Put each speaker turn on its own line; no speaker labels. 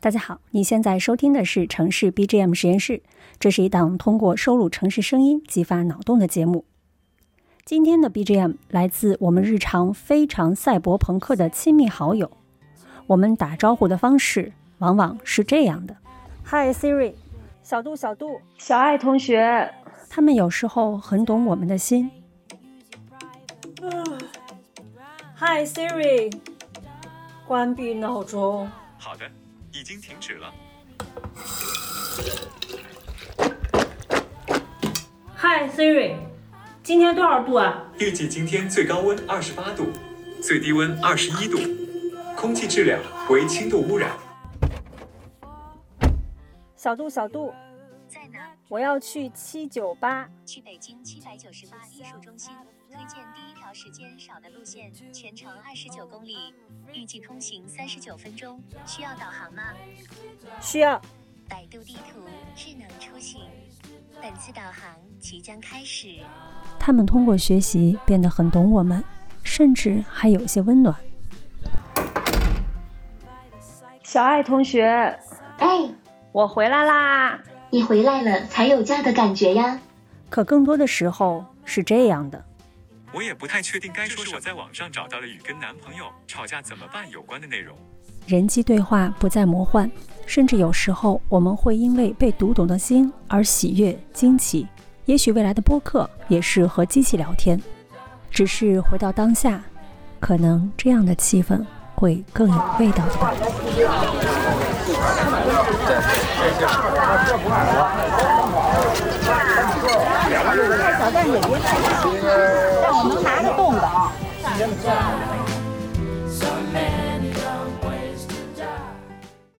大家好，你现在收听的是城市 BGM 实验室，这是一档通过收录城市声音激发脑洞的节目。今天的 BGM 来自我们日常非常赛博朋克的亲密好友，我们打招呼的方式往往是这样的：嗨 Siri，小度小度。
小爱同学，
他们有时候很懂我们的心，
嗨 Siri，关闭闹钟。
好的，已经停止了。
嗨 Siri，今天多少度啊？
预计今天最高温二十八度，最低温二十一度，空气质量为轻度污染。
小度小度，
在哪？
我要去七九八。
去北京七百九十八艺术中心，推荐第一条时间少的路线，全程二十九公里，预计通行三十九分钟。需要导航吗？
需要
百度地图，智能出行。本次导航即将开始。
他们通过学习变得很懂我们，甚至还有些温暖。
小爱同学，
哎，
我回来啦！
你回来了才有家的感觉呀！
可更多的时候是这样的：
我也不太确定该说什么。我在网上找到了与跟男朋友吵架怎么办有关的内容。
人机对话不再魔幻，甚至有时候我们会因为被读懂的心而喜悦惊奇。也许未来的播客也是和机器聊天，只是回到当下，可能这样的气氛会更有味道的吧。